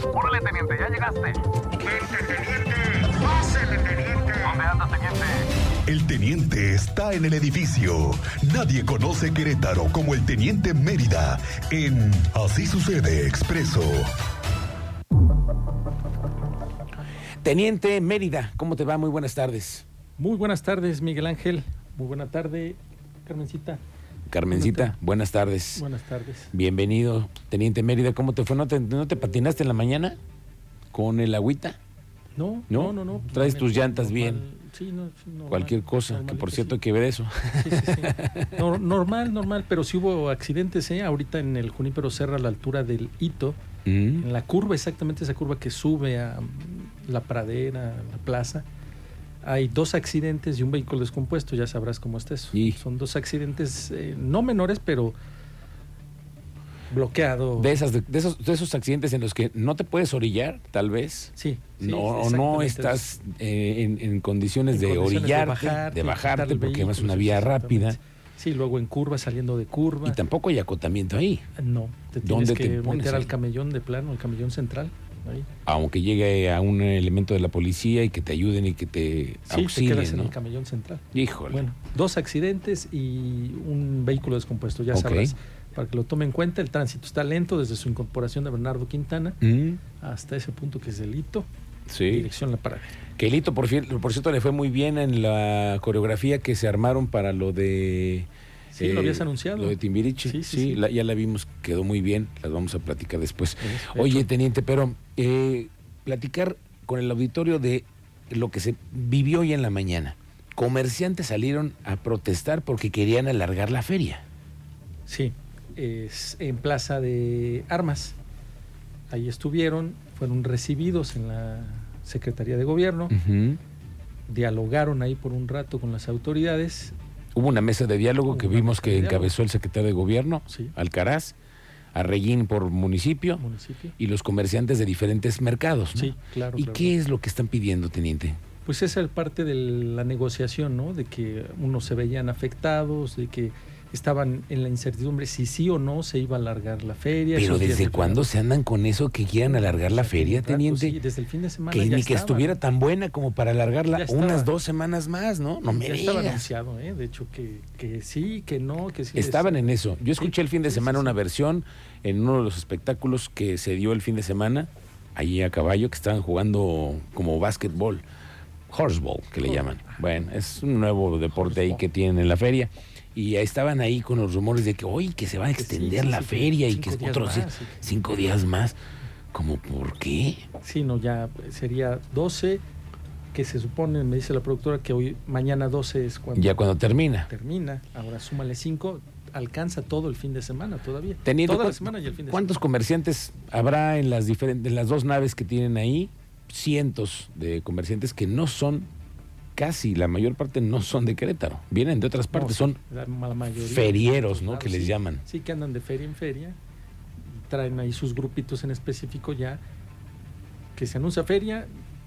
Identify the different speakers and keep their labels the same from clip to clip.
Speaker 1: teniente, ya llegaste.
Speaker 2: ¡Vente, teniente! ¡Pásele, teniente!
Speaker 1: ¿Dónde anda, teniente?
Speaker 3: El teniente está en el edificio. Nadie conoce Querétaro como el teniente Mérida en Así sucede expreso.
Speaker 4: Teniente Mérida, ¿cómo te va? Muy buenas tardes.
Speaker 5: Muy buenas tardes, Miguel Ángel. Muy buena tarde, Carmencita.
Speaker 4: Carmencita, buenas tardes.
Speaker 5: Buenas tardes.
Speaker 4: Bienvenido, Teniente Mérida. ¿Cómo te fue? ¿No te, no te patinaste en la mañana con el agüita?
Speaker 5: No,
Speaker 4: No,
Speaker 5: no, no. no.
Speaker 4: traes tus llantas bien.
Speaker 5: Sí, no, sí, normal,
Speaker 4: Cualquier cosa, que
Speaker 5: normalito,
Speaker 4: por cierto hay
Speaker 5: sí.
Speaker 4: que ver eso.
Speaker 5: Sí, sí, sí. No, normal, normal, pero sí hubo accidentes, ¿eh? Ahorita en el Junípero Serra, a la altura del Hito,
Speaker 4: Mm.
Speaker 5: en la curva, exactamente esa curva que sube a mm, la pradera, a la plaza, hay dos accidentes y un vehículo descompuesto, ya sabrás cómo está eso.
Speaker 4: Y-
Speaker 5: Son dos accidentes eh, no menores, pero bloqueado.
Speaker 4: De, esas, de, esos, de esos accidentes en los que no te puedes orillar, tal vez.
Speaker 5: Sí, sí,
Speaker 4: no, o no
Speaker 5: exactamente.
Speaker 4: estás eh, en, en condiciones
Speaker 5: En
Speaker 4: de
Speaker 5: condiciones
Speaker 4: orillarte, de bajarte,
Speaker 5: quitar el
Speaker 4: porque además es
Speaker 5: vehículo,
Speaker 4: una
Speaker 5: sí,
Speaker 4: vía
Speaker 5: exactamente.
Speaker 4: rápida
Speaker 5: Sí, luego en curva, saliendo de curva.
Speaker 4: y tampoco hay acotamiento ahí,
Speaker 5: No, te tienes
Speaker 4: ¿Dónde
Speaker 5: que
Speaker 4: te pones
Speaker 5: meter
Speaker 4: ahí?
Speaker 5: al camellón de plano, al camellón central. Ahí.
Speaker 4: aunque llegue a un elemento de la policía y que te ayuden y que te
Speaker 5: Sí, te quedas
Speaker 4: auxilien,
Speaker 5: en el
Speaker 4: ¿no?
Speaker 5: camellón central.
Speaker 4: Híjole.
Speaker 5: Bueno, dos accidentes y un vehículo descompuesto, ya
Speaker 4: Ok.
Speaker 5: sabrás. Para que lo tome en cuenta, el tránsito está lento desde su incorporación de Bernardo Quintana
Speaker 4: Mm,
Speaker 5: hasta ese punto que es el hito,
Speaker 4: sí.
Speaker 5: dirección la parada.
Speaker 4: Que Lito, por, fiel- por cierto, le fue muy bien en la coreografía que se armaron para lo de. eh,
Speaker 5: Sí, lo habías anunciado.
Speaker 4: Lo de Timbiriche. Sí,
Speaker 5: Sí, sí, sí.
Speaker 4: la- ya la vimos, quedó muy bien. Las vamos a platicar después.
Speaker 5: Es- de
Speaker 4: Oye,
Speaker 5: hecho.
Speaker 4: teniente, pero eh, platicar con el auditorio de lo que se vivió hoy en la mañana. Comerciantes salieron a protestar porque querían alargar la feria.
Speaker 5: Sí, es en Plaza de Armas. Ahí estuvieron, fueron recibidos en la Secretaría de Gobierno,
Speaker 4: Ujú. Mm.
Speaker 5: dialogaron ahí por un rato con las autoridades
Speaker 4: Hubo una mesa de diálogo
Speaker 5: Hubo
Speaker 4: que
Speaker 5: una
Speaker 4: vimos
Speaker 5: mesa de
Speaker 4: que
Speaker 5: diálogo.
Speaker 4: encabezó el secretario de gobierno,
Speaker 5: Sí.
Speaker 4: Alcaraz, a Reyín por municipio.
Speaker 5: municipio.
Speaker 4: y los comerciantes de diferentes mercados. ¿no?
Speaker 5: Sí, claro.
Speaker 4: ¿Y
Speaker 5: claro.
Speaker 4: qué es lo que están pidiendo, teniente?
Speaker 5: Pues esa es parte de la negociación, ¿no? De que unos se veían afectados, de que estaban en la incertidumbre si sí o no se iba a alargar la feria.
Speaker 4: Pero
Speaker 5: esos días
Speaker 4: ¿desde
Speaker 5: de
Speaker 4: cuándo se andan con eso que quieran alargar la
Speaker 5: O sea,
Speaker 4: feria,
Speaker 5: un rato,
Speaker 4: teniente?
Speaker 5: sí, desde el fin de semana.
Speaker 4: que ni
Speaker 5: ya
Speaker 4: que
Speaker 5: estaba,
Speaker 4: estuviera
Speaker 5: ¿no?
Speaker 4: tan buena como para alargarla
Speaker 5: Ya estaba.
Speaker 4: unas dos semanas más, ¿no? No me
Speaker 5: ya estaba
Speaker 4: digas.
Speaker 5: anunciado, ¿eh? De hecho, que, que sí, que no, que sí. les-
Speaker 4: Estaban en eso. Yo escuché el fin de
Speaker 5: sí,
Speaker 4: semana
Speaker 5: sí,
Speaker 4: una
Speaker 5: sí.
Speaker 4: versión en uno de los espectáculos que se dio el fin de semana, allí a caballo, que estaban jugando como básquetbol, horseball, que le
Speaker 5: Horse-
Speaker 4: llaman. Bueno, es un nuevo deporte ahí que tienen en la feria. Y estaban ahí con los rumores de que hoy que se va a
Speaker 5: sí,
Speaker 4: extender
Speaker 5: sí,
Speaker 4: la
Speaker 5: sí, que
Speaker 4: feria y
Speaker 5: cinco
Speaker 4: que
Speaker 5: días
Speaker 4: otros
Speaker 5: más,
Speaker 4: eh,
Speaker 5: sí.
Speaker 4: cinco días más. Como, ¿por qué?
Speaker 5: Sí, no, ya sería 12, que se supone, me dice la productora, que hoy, mañana 12 es cuando
Speaker 4: Ya cuando termina.
Speaker 5: termina. Ahora súmale 5, alcanza todo el fin de semana todavía.
Speaker 4: Teniente,
Speaker 5: Toda la
Speaker 4: ¿cuán-
Speaker 5: semana y el fin de
Speaker 4: ¿Cuántos
Speaker 5: semana.
Speaker 4: comerciantes habrá en las diferentes, en las dos naves que tienen ahí? Cientos de comerciantes que no son, casi la mayor parte no son de Querétaro, vienen de otras
Speaker 5: No,
Speaker 4: partes,
Speaker 5: sí,
Speaker 4: son
Speaker 5: la ma- mayoría.
Speaker 4: ferieros, ¿no?
Speaker 5: Claro,
Speaker 4: Que les
Speaker 5: sí.
Speaker 4: llaman.
Speaker 5: Sí, que andan de feria en feria. Traen ahí sus grupitos en específico ya. Que se anuncia feria,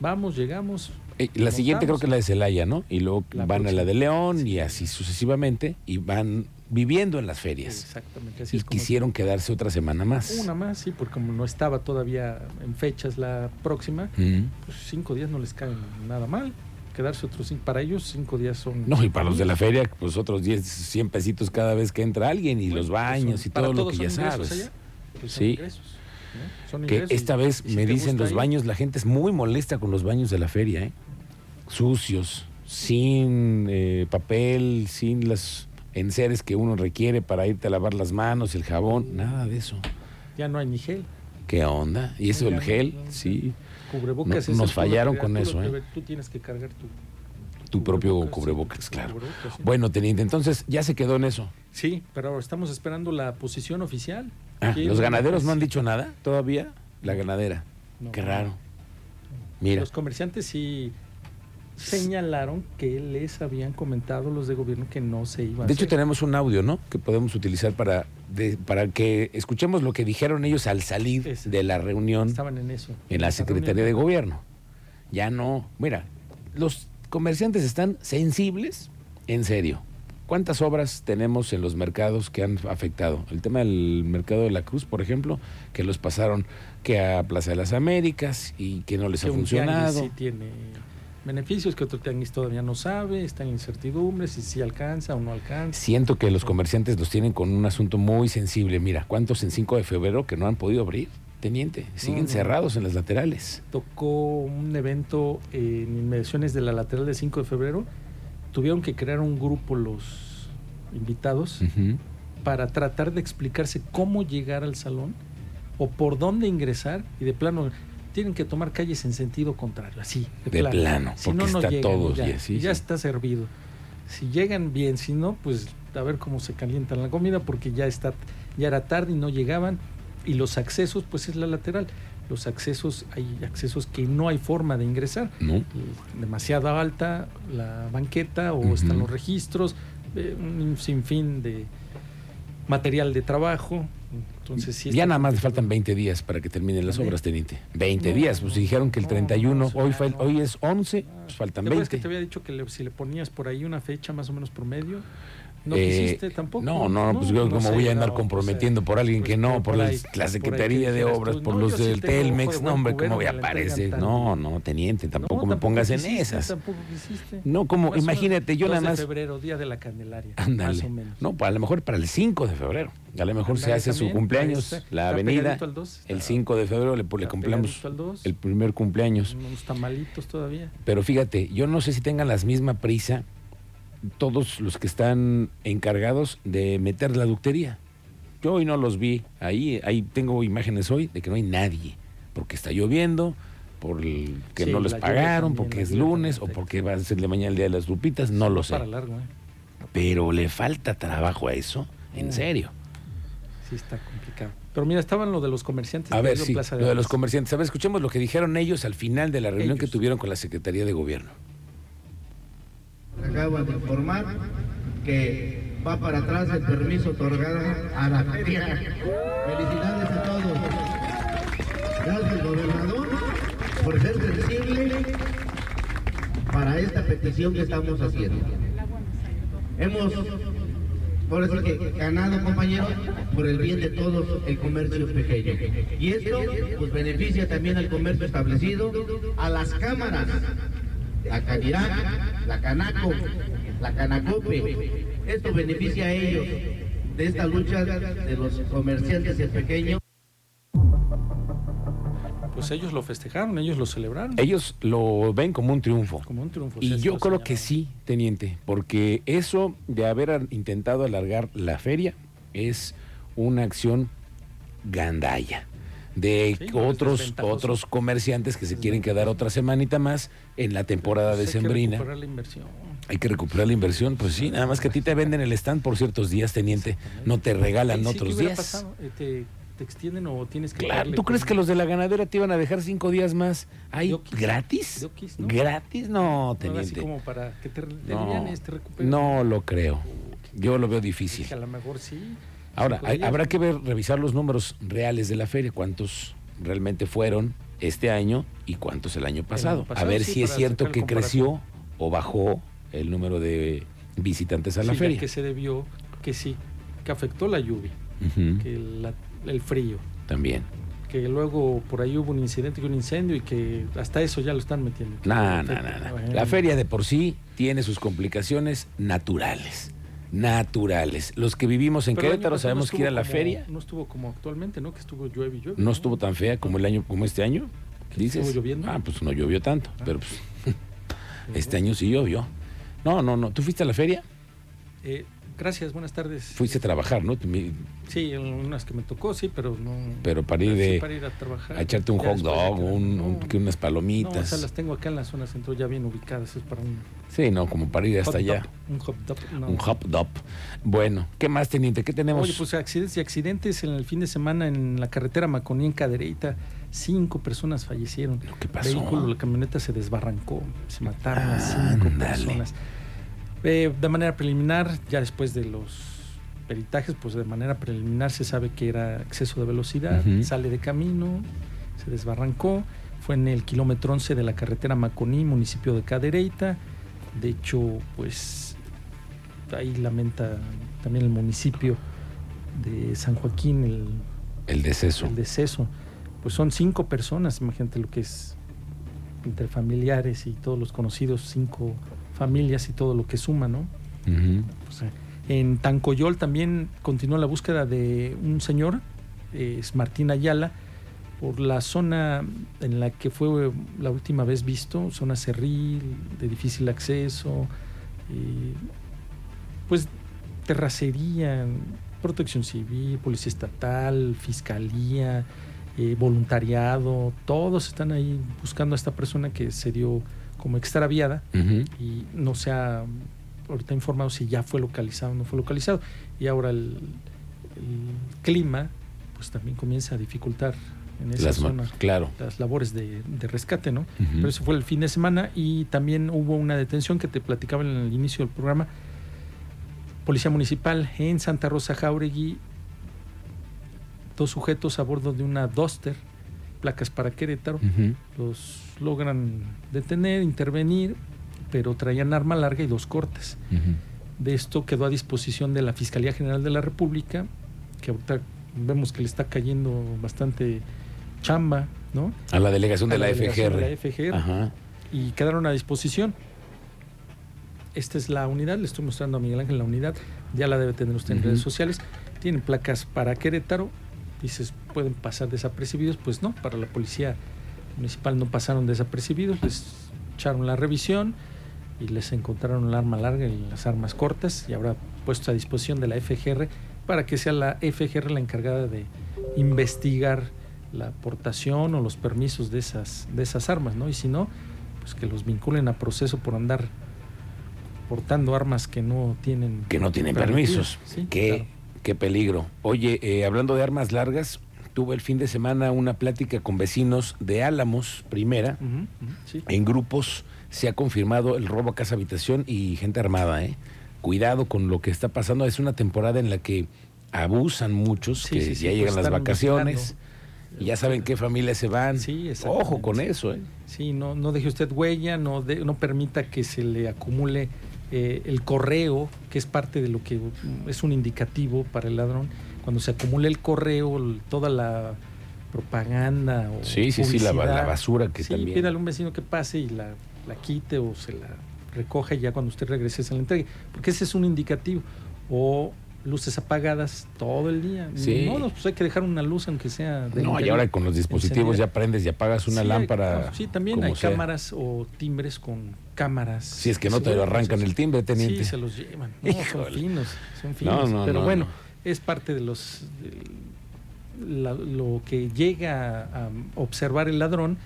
Speaker 5: vamos, llegamos.
Speaker 4: Eh, La
Speaker 5: Nos
Speaker 4: siguiente creo
Speaker 5: vamos.
Speaker 4: que es la de Celaya, ¿no? Y luego
Speaker 5: La
Speaker 4: van a la
Speaker 5: próxima.
Speaker 4: de León y
Speaker 5: Sí.
Speaker 4: así sucesivamente y van viviendo en las ferias.
Speaker 5: Exactamente, así
Speaker 4: Y
Speaker 5: es como-
Speaker 4: quisieron quedarse otra semana más.
Speaker 5: Una más, sí, porque como no estaba todavía en fechas la próxima,
Speaker 4: Mm.
Speaker 5: pues cinco días no les caen nada mal. Quedarse otros cinco, para ellos cinco días son...
Speaker 4: No, y para los de la feria, pues otros 10, 100 pesitos cada vez que entra alguien y
Speaker 5: pues
Speaker 4: los baños y todo lo que ya sabes. Sí.
Speaker 5: sí. pues Ingresos, ¿no? Son
Speaker 4: Que
Speaker 5: ingresos.
Speaker 4: esta vez
Speaker 5: Si
Speaker 4: me
Speaker 5: te
Speaker 4: dicen
Speaker 5: gusta
Speaker 4: los
Speaker 5: ir,
Speaker 4: baños, la gente es muy molesta con los baños de la feria, ¿eh? Sucios, sin eh, papel, sin los enseres que uno requiere para irte a lavar las manos, el jabón, nada de eso.
Speaker 5: Ya no hay ni gel.
Speaker 4: ¿Qué onda? ¿Y eso
Speaker 5: No,
Speaker 4: del
Speaker 5: ya
Speaker 4: gel?
Speaker 5: no, no,
Speaker 4: Sí, No-
Speaker 5: Cubrebocas. ese
Speaker 4: nos
Speaker 5: es todo
Speaker 4: fallaron
Speaker 5: lo
Speaker 4: con
Speaker 5: tú lo
Speaker 4: eso,
Speaker 5: que
Speaker 4: ¿eh?
Speaker 5: ve- Tú tienes que cargar tu...
Speaker 4: tu propio
Speaker 5: sí,
Speaker 4: cubrebocas,
Speaker 5: tu
Speaker 4: claro.
Speaker 5: cubrebocas, sí.
Speaker 4: Bueno, teniente, entonces ya se quedó en eso.
Speaker 5: Sí, pero ahora estamos esperando la posición oficial.
Speaker 4: Ah,
Speaker 5: ¿Quién
Speaker 4: ¿Los
Speaker 5: va a
Speaker 4: ganaderos no han
Speaker 5: decir?
Speaker 4: dicho nada todavía? La ganadera.
Speaker 5: No.
Speaker 4: Qué raro. Mira,
Speaker 5: Los comerciantes sí señalaron que les habían comentado los de gobierno que no se iban
Speaker 4: de hecho tenemos un audio, ¿no? Que podemos utilizar para, de- para que escuchemos lo que dijeron ellos al salir
Speaker 5: Ese.
Speaker 4: de la reunión
Speaker 5: Estaban en eso.
Speaker 4: en la
Speaker 5: esa
Speaker 4: Secretaría de
Speaker 5: reunión.
Speaker 4: Gobierno. Ya no. Mira, los comerciantes están sensibles, en serio. ¿Cuántas obras tenemos en los mercados que han afectado? El tema del mercado de la Cruz, por ejemplo, que los pasaron que a Plaza de las Américas y que no les
Speaker 5: que
Speaker 4: ha
Speaker 5: un tianguis
Speaker 4: funcionado.
Speaker 5: sí tiene beneficios, que otro tianguis todavía no sabe, está en incertidumbre, si sí alcanza o no alcanza.
Speaker 4: Siento que los comerciantes los tienen con un asunto muy sensible. Mira, ¿cuántos en 5 de febrero que no han podido abrir? Teniente, siguen
Speaker 5: no.
Speaker 4: cerrados en las laterales.
Speaker 5: Tocó un evento en inmediaciones de la lateral del 5 de febrero. Tuvieron que crear un grupo los invitados
Speaker 4: Ujú.
Speaker 5: para tratar de explicarse cómo llegar al salón o por dónde ingresar y de plano tienen que tomar calles en sentido contrario, así,
Speaker 4: De plano, porque está todo,
Speaker 5: y ya,
Speaker 4: sí, sí,
Speaker 5: y ya
Speaker 4: sí.
Speaker 5: está servido. Si llegan bien, si no, pues a ver cómo se calientan la comida porque ya está ya era tarde y no llegaban y los accesos pues es la lateral. Los accesos hay accesos que no hay forma de ingresar
Speaker 4: ¿No?
Speaker 5: demasiado alta la banqueta o están
Speaker 4: Ujú.
Speaker 5: los registros, eh, un sinfín de material de trabajo. Entonces,
Speaker 4: ya
Speaker 5: sí está
Speaker 4: nada más le
Speaker 5: complicado.
Speaker 4: faltan 20 días para que terminen las
Speaker 5: ¿También?
Speaker 4: obras, teniente. 20
Speaker 5: No,
Speaker 4: días, pues si dijeron que el
Speaker 5: no,
Speaker 4: 31,
Speaker 5: no,
Speaker 4: hoy,
Speaker 5: no,
Speaker 4: fal-
Speaker 5: no.
Speaker 4: hoy es 11,
Speaker 5: Ah,
Speaker 4: pues faltan
Speaker 5: ¿Te acuerdas que
Speaker 4: 20.
Speaker 5: te había dicho que le- si le ponías por ahí una fecha más o menos promedio? ¿No
Speaker 4: Eh,
Speaker 5: quisiste tampoco?
Speaker 4: No, no, pues yo
Speaker 5: no
Speaker 4: como
Speaker 5: sé,
Speaker 4: voy a andar
Speaker 5: no,
Speaker 4: comprometiendo
Speaker 5: pues,
Speaker 4: por alguien
Speaker 5: pues,
Speaker 4: que no,
Speaker 5: pero
Speaker 4: por,
Speaker 5: por
Speaker 4: la,
Speaker 5: ahí-
Speaker 4: la
Speaker 5: por ahí que
Speaker 4: Secretaría de
Speaker 5: dijeras
Speaker 4: Obras,
Speaker 5: tú,
Speaker 4: por
Speaker 5: no,
Speaker 4: los
Speaker 5: yo sí
Speaker 4: del
Speaker 5: tengo ojo de
Speaker 4: Telmex,
Speaker 5: buen
Speaker 4: no, hombre, ¿cómo
Speaker 5: cubero,
Speaker 4: voy
Speaker 5: me
Speaker 4: a
Speaker 5: la entregan
Speaker 4: aparecer?
Speaker 5: tal.
Speaker 4: No, no, teniente, tampoco me
Speaker 5: tampoco
Speaker 4: pongas en
Speaker 5: quisiste,
Speaker 4: esas.
Speaker 5: Tampoco quisiste.
Speaker 4: No, como,
Speaker 5: Más o menos
Speaker 4: imagínate, yo
Speaker 5: 2
Speaker 4: nada
Speaker 5: de
Speaker 4: más-
Speaker 5: febrero, día de la Candelaria.
Speaker 4: Ándale.
Speaker 5: Más o menos.
Speaker 4: No, pues a lo mejor para el 5 de febrero. A lo mejor se
Speaker 5: Ándale
Speaker 4: hace su
Speaker 5: también,
Speaker 4: cumpleaños,
Speaker 5: ahí está.
Speaker 4: la
Speaker 5: Está
Speaker 4: avenida.
Speaker 5: pegadito al dos,
Speaker 4: El
Speaker 5: está-
Speaker 4: 5 de febrero le, le
Speaker 5: está
Speaker 4: cumplamos
Speaker 5: pegadito al dos.
Speaker 4: el primer cumpleaños.
Speaker 5: Unos tamalitos todavía.
Speaker 4: Pero fíjate, yo no sé si tengan la misma prisa todos los que están encargados de meter la ductería. Yo hoy no los vi ahí, ahí tengo imágenes hoy de que no hay nadie, porque está lloviendo, por el que
Speaker 5: Sí,
Speaker 4: no les
Speaker 5: la lluvia
Speaker 4: pagaron,
Speaker 5: también,
Speaker 4: porque
Speaker 5: la
Speaker 4: es
Speaker 5: lluvia
Speaker 4: lunes o
Speaker 5: también afecta.
Speaker 4: porque va a ser de mañana el día de las lupitas, no lo sé.
Speaker 5: Para largo, ¿eh?
Speaker 4: Pero le falta trabajo a eso, en
Speaker 5: Mm.
Speaker 4: serio.
Speaker 5: Sí, está complicado. Pero mira, estaban lo de los comerciantes.
Speaker 4: A
Speaker 5: te
Speaker 4: ver,
Speaker 5: digo,
Speaker 4: sí,
Speaker 5: Plaza
Speaker 4: lo de los
Speaker 5: Armas.
Speaker 4: comerciantes. A ver, escuchemos lo que dijeron ellos al final de la reunión que
Speaker 5: Ellos.
Speaker 4: tuvieron con la Secretaría de Gobierno.
Speaker 1: Le acabo de informar que va para atrás el permiso otorgado a la feria. Felicidades a todos. Gracias, gobernador, por ser sensible para esta petición que estamos haciendo. Hemos, por eso que, ganado, compañeros, por el bien de todos el comercio pequeño. Y esto, pues, beneficia también al comercio establecido, a las cámaras la Canirac, la Canaco, la Canacope. Esto beneficia a ellos de esta lucha de los comerciantes y pequeños.
Speaker 5: Pues ellos lo festejaron, ellos lo celebraron.
Speaker 4: Ellos lo ven como un triunfo.
Speaker 5: Como un triunfo. sí,
Speaker 4: Y
Speaker 5: así
Speaker 4: yo
Speaker 5: Pues lo
Speaker 4: creo que
Speaker 5: señalaron.
Speaker 4: sí, teniente, porque eso de haber ar- intentado alargar la feria es una acción gandalla de
Speaker 5: Sí, no, es
Speaker 4: otros
Speaker 5: desventajoso.
Speaker 4: otros comerciantes que se quieren quedar otra semanita más en la temporada
Speaker 5: Pues hay que
Speaker 4: decembrina.
Speaker 5: recuperar la inversión.
Speaker 4: Hay que recuperar la inversión, pues sí, nada más que a ti te venden el stand por ciertos días, teniente, no te regalan
Speaker 5: Ahí sí, ¿qué
Speaker 4: otros
Speaker 5: hubiera
Speaker 4: días.
Speaker 5: pasado? Eh, ¿Te, te extienden o tienes que...
Speaker 4: Claro,
Speaker 5: pagarle
Speaker 4: ¿tú crees
Speaker 5: con-
Speaker 4: que los de la ganadera te iban a dejar cinco días más? ¿Ahí
Speaker 5: Yo quis-
Speaker 4: gratis?
Speaker 5: yo quis, ¿no?
Speaker 4: ¿Gratis? No,
Speaker 5: No, así
Speaker 4: teniente.
Speaker 5: como para que te, te
Speaker 4: No,
Speaker 5: alivianes, te recuperes.
Speaker 4: no lo creo. Yo lo veo
Speaker 5: Es
Speaker 4: difícil.
Speaker 5: que a lo mejor sí.
Speaker 4: Ahora,
Speaker 5: cinco
Speaker 4: hay-
Speaker 5: días,
Speaker 4: habrá
Speaker 5: ¿no?
Speaker 4: que ver, revisar los números reales de la feria, cuántos realmente fueron este año y cuántos el año pasado.
Speaker 5: año pasado,
Speaker 4: a ver
Speaker 5: sí,
Speaker 4: si es
Speaker 5: para
Speaker 4: cierto
Speaker 5: sacar el
Speaker 4: que creció o bajó el número de visitantes a la
Speaker 5: Sí,
Speaker 4: feria.
Speaker 5: que se debió que sí, que afectó la lluvia,
Speaker 4: Ujú,
Speaker 5: que la- el frío,
Speaker 4: También.
Speaker 5: que luego por ahí hubo un incidente y un incendio y que hasta eso ya lo están metiendo.
Speaker 4: No, no,
Speaker 5: Perfecto.
Speaker 4: no, no.
Speaker 5: Bueno.
Speaker 4: La feria de por sí tiene sus complicaciones naturales. Naturales. Los que vivimos en
Speaker 5: Pero el año
Speaker 4: Querétaro
Speaker 5: pasado
Speaker 4: sabemos que
Speaker 5: no
Speaker 4: ir a
Speaker 5: estuvo
Speaker 4: la
Speaker 5: como-
Speaker 4: feria
Speaker 5: No estuvo como actualmente, ¿no? Que estuvo llueve y llueve.
Speaker 4: no estuvo tan fea como el año como este año.
Speaker 5: ¿Que
Speaker 4: Dices.
Speaker 5: estuvo lloviendo?
Speaker 4: Ah, pues no llovió tanto,
Speaker 5: Ah.
Speaker 4: pero pues, este año sí llovió. No, no, no. ¿Tú fuiste a la feria?
Speaker 5: Eh, gracias, buenas tardes.
Speaker 4: Fuiste a trabajar, ¿no? Tú mi-
Speaker 5: Sí, en unas que me tocó, sí, pero no.
Speaker 4: Pero para ir
Speaker 5: sí,
Speaker 4: de-
Speaker 5: para ir a trabajar.
Speaker 4: A echarte un
Speaker 5: Ya
Speaker 4: hot
Speaker 5: después de
Speaker 4: dog,
Speaker 5: que-
Speaker 4: un- un-
Speaker 5: no,
Speaker 4: que unas
Speaker 5: no, o sea,
Speaker 4: palomitas.
Speaker 5: las tengo acá en la zona central ya bien ubicadas. Es para un.
Speaker 4: Sí, no, como para ir hasta
Speaker 5: hot
Speaker 4: allá.
Speaker 5: dog, Un hot dog. no.
Speaker 4: Un hop dop. Bueno, ¿qué más, teniente? ¿Qué tenemos?
Speaker 5: Oye, pues accidentes y accidentes en el fin de semana en la carretera Maconía en Cadereyta. Cinco personas fallecieron.
Speaker 4: ¿Qué pasó?
Speaker 5: vehículo, la camioneta se desbarrancó, se mataron a cinco
Speaker 4: Ándale.
Speaker 5: personas. Eh, de manera preliminar, ya después de los peritajes, pues de manera preliminar se sabe que era exceso de velocidad,
Speaker 4: Ujú.
Speaker 5: sale de camino, se desbarrancó, fue en el kilómetro 11 de la carretera Maconí, municipio de Cadereyta. De hecho, pues ahí lamenta también el municipio de San Joaquín el,
Speaker 4: El deceso.
Speaker 5: el deceso. Pues son cinco personas, imagínate lo que es entre familiares y todos los conocidos, cinco familias y todo lo que suma, ¿no?
Speaker 4: Ujú.
Speaker 5: Pues, eh, en Tancoyol también continuó la búsqueda de un señor, eh, es Martín Ayala, por la zona en la que fue la última vez visto, zona cerril, de difícil acceso, eh, pues terracería, protección civil, policía estatal, fiscalía, eh, voluntariado, todos están ahí buscando a esta persona que se dio como extraviada
Speaker 4: Ujú.
Speaker 5: y no se ha ahorita informado si ya fue localizado o no fue localizado. Y ahora el, el clima, pues también comienza a dificultar en esa
Speaker 4: Las ma-
Speaker 5: zona
Speaker 4: Claro.
Speaker 5: las labores de, de rescate, ¿no?
Speaker 4: Ujú.
Speaker 5: Pero eso fue el fin de semana y también hubo una detención que te platicaba en el inicio del programa. Policía Municipal en Santa Rosa Jauregui, dos sujetos a bordo de una Duster, placas para Querétaro,
Speaker 4: Ujú.
Speaker 5: los logran detener, intervenir, pero traían arma larga y dos cortes.
Speaker 4: Ujú.
Speaker 5: De esto quedó a disposición de la Fiscalía General de la República, que ahorita vemos que le está cayendo bastante chamba, ¿no?
Speaker 4: A la delegación de
Speaker 5: A
Speaker 4: la,
Speaker 5: delegación
Speaker 4: FGR.
Speaker 5: de la FGR.
Speaker 4: Ajá.
Speaker 5: Y quedaron a disposición. Esta es la unidad, le estoy mostrando a Miguel Ángel la unidad, ya la debe tener usted en
Speaker 4: Ujú.
Speaker 5: redes sociales. Tienen placas para Querétaro, dices, pueden pasar desapercibidos, pues no, para la policía municipal no pasaron desapercibidos, les echaron la revisión y les encontraron el arma larga y las armas cortas y habrá puesto a disposición de la FGR para que sea la FGR la encargada de investigar la aportación o los permisos de esas, de esas armas, ¿no? Y si no, pues que los vinculen a proceso por andar portando armas que no tienen
Speaker 4: Que no tienen
Speaker 5: permitidas.
Speaker 4: permisos.
Speaker 5: Sí,
Speaker 4: qué,
Speaker 5: claro.
Speaker 4: qué peligro. Oye, eh, hablando de armas largas, tuve el fin de semana una plática con vecinos de Álamos, primera.
Speaker 5: Ujú, ujú, sí.
Speaker 4: En grupos se ha confirmado el robo a casa habitación y gente armada, ¿eh? Cuidado con lo que está pasando. Es una temporada en la que abusan muchos,
Speaker 5: Sí,
Speaker 4: que
Speaker 5: sí, sí,
Speaker 4: ya
Speaker 5: pues
Speaker 4: llegan las
Speaker 5: están
Speaker 4: vacaciones. y Ya saben qué familias se van.
Speaker 5: Sí, exactamente.
Speaker 4: Ojo con eso, ¿eh?
Speaker 5: Sí, no, no deje usted huella, no, de- no permita que se le acumule eh, el correo, que es parte de lo que mm, es un indicativo para el ladrón. Cuando se acumule el correo, el- toda la propaganda o
Speaker 4: Sí, sí, sí, la ba- la
Speaker 5: publicidad,
Speaker 4: basura que
Speaker 5: sí,
Speaker 4: también-
Speaker 5: pídale a un vecino que pase y la, la quite o se la recoja y ya cuando usted regrese se la entregue, porque ese es un indicativo. O luces apagadas todo el día.
Speaker 4: Sí.
Speaker 5: No, no, pues hay que dejar una luz aunque sea... de
Speaker 4: No, y
Speaker 5: interior
Speaker 4: ahora con los dispositivos
Speaker 5: encendida.
Speaker 4: ya prendes y apagas una
Speaker 5: Sí, hay- ah,
Speaker 4: lámpara.
Speaker 5: sí, también
Speaker 4: como
Speaker 5: hay
Speaker 4: sea.
Speaker 5: cámaras o timbres con cámaras.
Speaker 4: Si es que no te lo arrancan el timbre, teniente.
Speaker 5: Sí, se los llevan. No, son
Speaker 4: Híjole.
Speaker 5: finos, son finos.
Speaker 4: No, no,
Speaker 5: Pero
Speaker 4: no,
Speaker 5: bueno,
Speaker 4: no.
Speaker 5: es parte de los del- la- lo que llega a observar el ladrón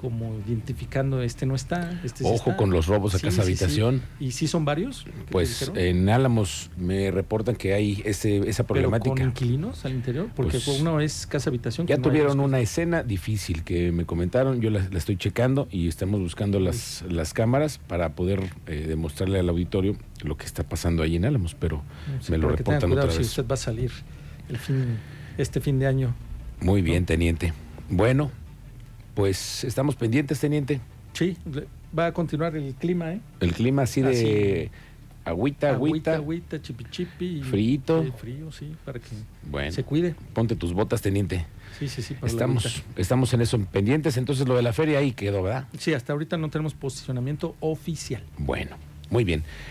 Speaker 5: como identificando este no está, este sí
Speaker 4: Ojo
Speaker 5: está.
Speaker 4: con los robos a
Speaker 5: Sí,
Speaker 4: casa
Speaker 5: sí, sí.
Speaker 4: habitación.
Speaker 5: ¿Y si son varios? ¿Qué te
Speaker 4: Pues
Speaker 5: dijeron?
Speaker 4: en Álamos me reportan que hay ese, esa
Speaker 5: Pero
Speaker 4: problemática.
Speaker 5: con inquilinos al interior, porque
Speaker 4: Pues,
Speaker 5: uno es casa habitación.
Speaker 4: Ya
Speaker 5: que no hay
Speaker 4: tuvieron
Speaker 5: dos
Speaker 4: una escena difícil que me comentaron, yo la, la estoy checando y estamos buscando las, las cámaras para poder eh, demostrarle al auditorio lo que está pasando ahí en Álamos, pero
Speaker 5: Sí,
Speaker 4: me lo
Speaker 5: para que tengan
Speaker 4: reportan
Speaker 5: cuidado
Speaker 4: otra
Speaker 5: si
Speaker 4: vez.
Speaker 5: usted va a salir el fin, este fin de año.
Speaker 4: Muy bien, teniente. Bueno, pues estamos pendientes, teniente.
Speaker 5: Sí, le- va a continuar el clima, ¿eh?
Speaker 4: El clima así
Speaker 5: Ah,
Speaker 4: de agüita, agüita,
Speaker 5: agüita, agüita, chipichipi. y-
Speaker 4: Friito.
Speaker 5: eh, frío, sí, para que
Speaker 4: Bueno,
Speaker 5: se cuide.
Speaker 4: ponte tus botas, teniente.
Speaker 5: Sí, sí, sí, para la
Speaker 4: Estamos,
Speaker 5: agüita.
Speaker 4: estamos en eso, pendientes. Entonces lo de la feria ahí quedó, ¿verdad?
Speaker 5: Sí, hasta ahorita no tenemos posicionamiento oficial.
Speaker 4: Bueno, muy bien.